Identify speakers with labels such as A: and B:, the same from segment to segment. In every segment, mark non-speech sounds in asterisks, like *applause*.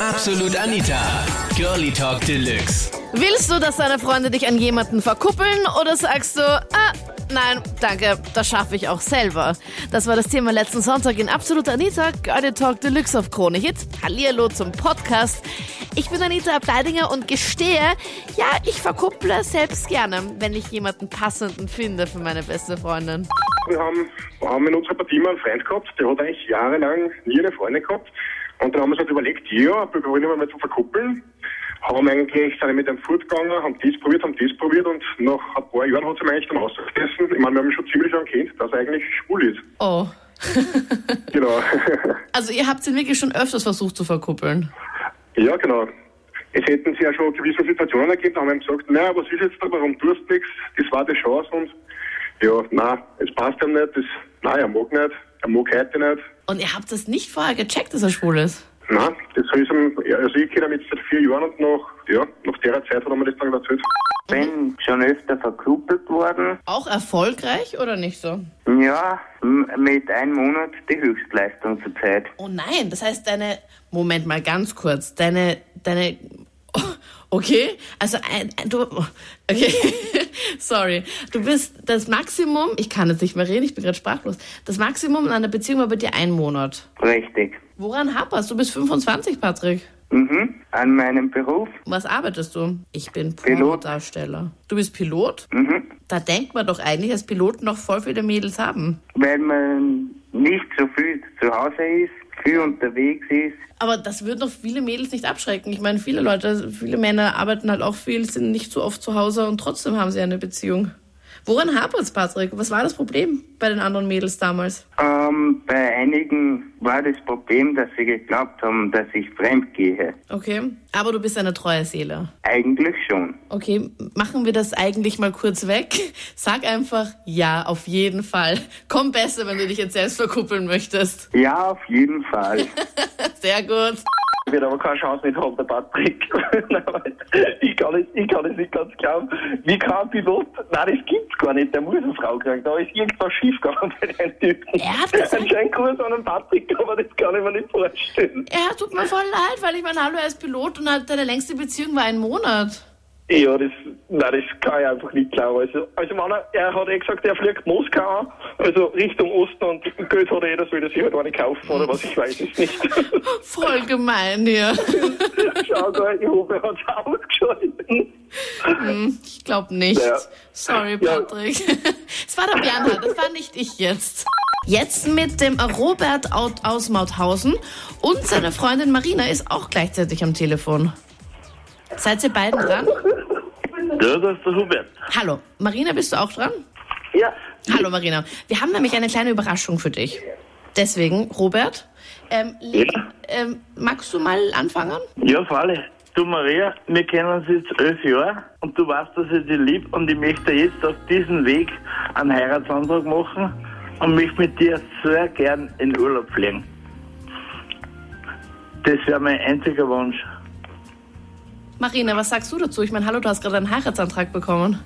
A: Absolut Anita. Girlie Talk Deluxe.
B: Willst du, dass deine Freunde dich an jemanden verkuppeln oder sagst du, ah, nein, danke, das schaffe ich auch selber? Das war das Thema letzten Sonntag in Absolut Anita, Girlie Talk Deluxe auf Krone Hit. Hallihallo zum Podcast. Ich bin Anita Ableidinger und gestehe, ja, ich verkupple selbst gerne, wenn ich jemanden passenden finde für meine beste Freundin.
C: Wir haben, haben in unserer Partie mal einen Freund gehabt, der hat eigentlich jahrelang nie eine Freundin gehabt. Und dann haben wir uns halt überlegt, ja, wir probieren mal zu verkuppeln. Haben eigentlich, sind mit einem Furt gegangen, haben dies probiert, haben dies probiert und nach ein paar Jahren hat sie mir eigentlich dann ausgegessen. Ich meine, wir haben ihn schon ziemlich lang kennt, dass er eigentlich schwul ist.
B: Oh.
C: Genau. *laughs*
B: Also ihr habt ihn wirklich schon öfters versucht zu verkuppeln.
C: ja, genau. Es hätten sich ja schon gewisse Situationen ergeben, da haben wir ihm gesagt, naja, was ist jetzt da, warum tust du nichts? Das war die Chance und ja, nein, es passt ihm nicht, das, nein, er mag nicht, er mag heute nicht.
B: Und ihr habt das nicht vorher gecheckt, dass er schwul ist.
C: Nein, das ist ihm, also ich kenne ihn jetzt seit vier Jahren und nach, ja, nach der Zeit hat er mir das dann erzählt.
D: bin schon öfter verkuppelt worden.
B: Auch erfolgreich oder nicht so?
D: Ja, m- mit einem Monat die Höchstleistung zurzeit.
B: Oh nein, das heißt deine. Moment mal ganz kurz. Deine. Deine. *laughs* Oh, okay, also ein, ein, du. Okay, *laughs* sorry. Du bist das Maximum, ich kann jetzt nicht mehr reden, ich bin gerade sprachlos. Das Maximum in einer Beziehung war bei dir ein Monat.
D: Richtig.
B: Woran haperst du? bist 25, Patrick.
D: Mhm. An meinem Beruf?
B: Was arbeitest du? Ich bin
D: Pilot.
B: Pornodarsteller. Du bist Pilot?
D: Mhm.
B: Da denkt man doch eigentlich, dass Piloten noch voll viele Mädels haben.
D: Weil man nicht so viel zu Hause ist, viel unterwegs ist.
B: Aber das wird doch viele Mädels nicht abschrecken. Ich meine, viele Leute, viele Männer arbeiten halt auch viel, sind nicht so oft zu Hause und trotzdem haben sie eine Beziehung. Woran hapert's, Patrick? Was war das Problem bei den anderen Mädels damals?
D: Ähm, bei einigen war das Problem, dass sie geglaubt haben, dass ich fremd gehe.
B: Okay. Aber du bist eine treue Seele.
D: Eigentlich schon.
B: Okay, machen wir das eigentlich mal kurz weg. *laughs* Sag einfach ja, auf jeden Fall. Komm besser, wenn du dich jetzt selbst verkuppeln möchtest. *laughs*
D: Ja, auf jeden Fall.
B: Sehr gut.
E: wird aber keine Chance nicht haben, der Patrick. *laughs* Nein, weil ich, kann es, ich kann es nicht ganz glauben. Wie kann ein Pilot, nein, das gibt's gar nicht, der muss eine Frau kriegen. Da ist irgendwas *laughs* schiefgegangen bei dem Typen.
B: Er hat gesagt-
E: Anscheinend Gruß an den Patrick, aber das kann ich mir nicht vorstellen.
B: Ja, tut mir voll leid, weil ich meine, hallo, er ist Pilot und hat- deine längste Beziehung war ein Monat. *gasps*
E: Ja, das, nein, das kann ich einfach nicht glauben. Also, also man, er hat eh gesagt, er fliegt Moskau an, also Richtung Osten und Geld hat er eh, das will er sich halt auch nicht kaufen, oder was ich weiß es nicht. *laughs*
B: Voll gemein hier.
E: Schau, ich hoffe, er hat's *laughs* ausgeschalten.
B: Ich glaube nicht.
E: Ja.
B: Sorry,
E: Ja.
B: Patrick. *laughs* Es war der Bernhard, das war nicht ich jetzt. Jetzt mit dem Robert au- aus Mauthausen und seine Freundin Marina ist auch gleichzeitig am Telefon. Seid ihr beiden dran?
F: Ja, das ist der Hubert.
B: Hallo, Marina, bist du auch dran?
E: Ja,
B: Hallo, Marina. Wir haben nämlich eine kleine Überraschung für dich. Deswegen, Robert, ähm, le- ähm, magst du mal anfangen?
F: Ja, Falle. Du Maria, wir kennen uns jetzt elf Jahre und du weißt, dass ich dich lieb und ich möchte jetzt auf diesen Weg einen Heiratsantrag machen und mich mit dir sehr gern in Urlaub fliegen. Das wäre mein einziger Wunsch.
B: Marina, was sagst du dazu? Ich meine, hallo, du hast gerade einen Heiratsantrag bekommen.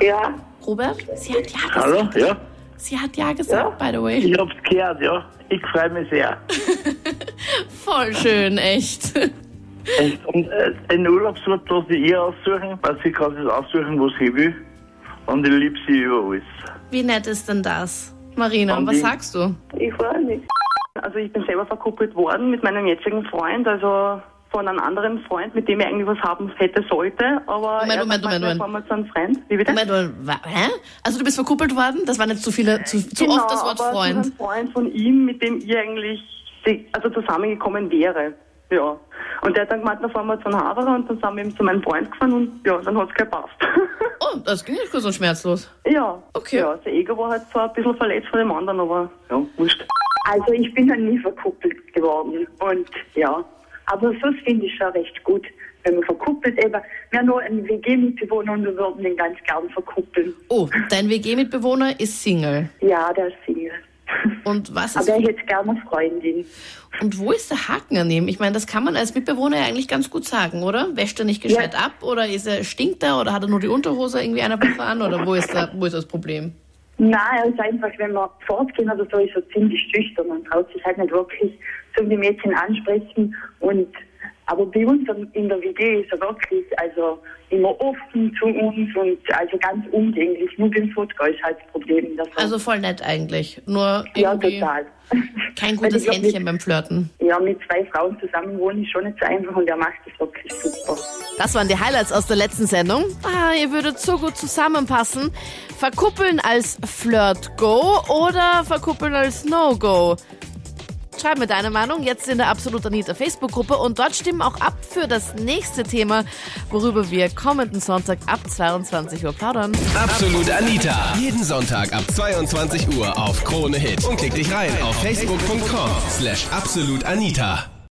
E: ja.
B: Robert, sie hat ja gesagt.
F: Hallo? Ja?
B: Sie hat ja gesagt, by the way.
F: Ich hab's gehört, ja. Ich freue mich sehr.
B: *laughs* Voll schön, echt.
F: Und, und äh, einen Urlaubsort lasse ich ihr aussuchen, weil sie kann sich aussuchen, was sie will. Und ich liebe sie über alles.
B: Wie nett ist denn das? Marina,
F: Andi.
B: was sagst du?
G: Ich weiß nicht. Also ich bin selber verkuppelt worden mit meinem jetzigen Freund, also von einem anderen Freund, mit dem ich eigentlich was haben hätte sollte, aber
B: Moment,
G: er halt sagt,
B: Moment, Moment,
G: wir
B: Moment.
G: fahren mal zu einem Freund. Wie bitte?
B: Moment, Moment, wa- hä? Also du bist verkuppelt worden? Das war nicht zu viele, zu, zu
G: genau,
B: oft das Wort
G: aber zu
B: Freund.
G: einem Freund von ihm, mit dem ich eigentlich die, also zusammengekommen wäre. Ja. Und der hat dann gemeint, da fahren wir zu einem Haverer und dann sind wir eben zu meinem Freund gefahren und ja, dann hat's gepasst. *laughs*
B: Oh, das ging nicht kurz und schmerzlos.
G: ja.
B: Okay.
G: Ja, sein Ego war halt zwar ein bisschen verletzt von dem anderen, aber ja, wurscht.
H: Also ich bin noch nie verkuppelt geworden und ja, aber sonst finde ich schon recht gut, wenn man verkuppelt ist. Aber wir haben nur einen WG-Mitbewohner und wir würden den ganz gern verkuppeln.
B: Oh, dein WG-Mitbewohner ist Single.
H: Ja, der ist Single.
B: Und was ist,
H: Aber ich hätte gerne eine Freundin.
B: und wo ist der Haken an ihm? Ich meine, das kann man als Mitbewohner ja eigentlich ganz gut sagen, oder? Wäscht er nicht gescheit ab oder ist er, stinkt er oder hat er nur die Unterhose irgendwie einer Woche an oder wo ist, da, wo ist das Problem?
H: Nein, also einfach, wenn wir fortgehen oder so, ist er ziemlich schüchtern und traut sich halt nicht wirklich so die Mädchen ansprechen. Und, aber bei uns am- in der WG ist er wirklich, also immer offen zu uns und also ganz umgänglich. Nur beim Football ist halt das Problem. Dass er,
B: Also voll nett eigentlich. Nur
H: ja,
B: irgendwie
H: total.
B: kein
H: *laughs* Weil
B: gutes
H: ich glaub,
B: Händchen beim Flirten.
H: Mit, ja, mit zwei Frauen zusammen wohnen ist schon nicht so einfach und er macht das wirklich super.
B: Das waren die Highlights aus der letzten Sendung. Ah, ihr würdet so gut zusammenpassen. Verkuppeln als Flirt-Go oder verkuppeln als No-Go? Schreib mir deine Meinung jetzt in der Absolut Anita Facebook-Gruppe und dort stimmen auch ab für das nächste Thema, worüber wir kommenden Sonntag ab 22 Uhr plaudern.
A: Absolut Anita. Jeden Sonntag ab 22 Uhr auf Krone Hit. Und klick dich rein auf facebook.com slash absolutanita.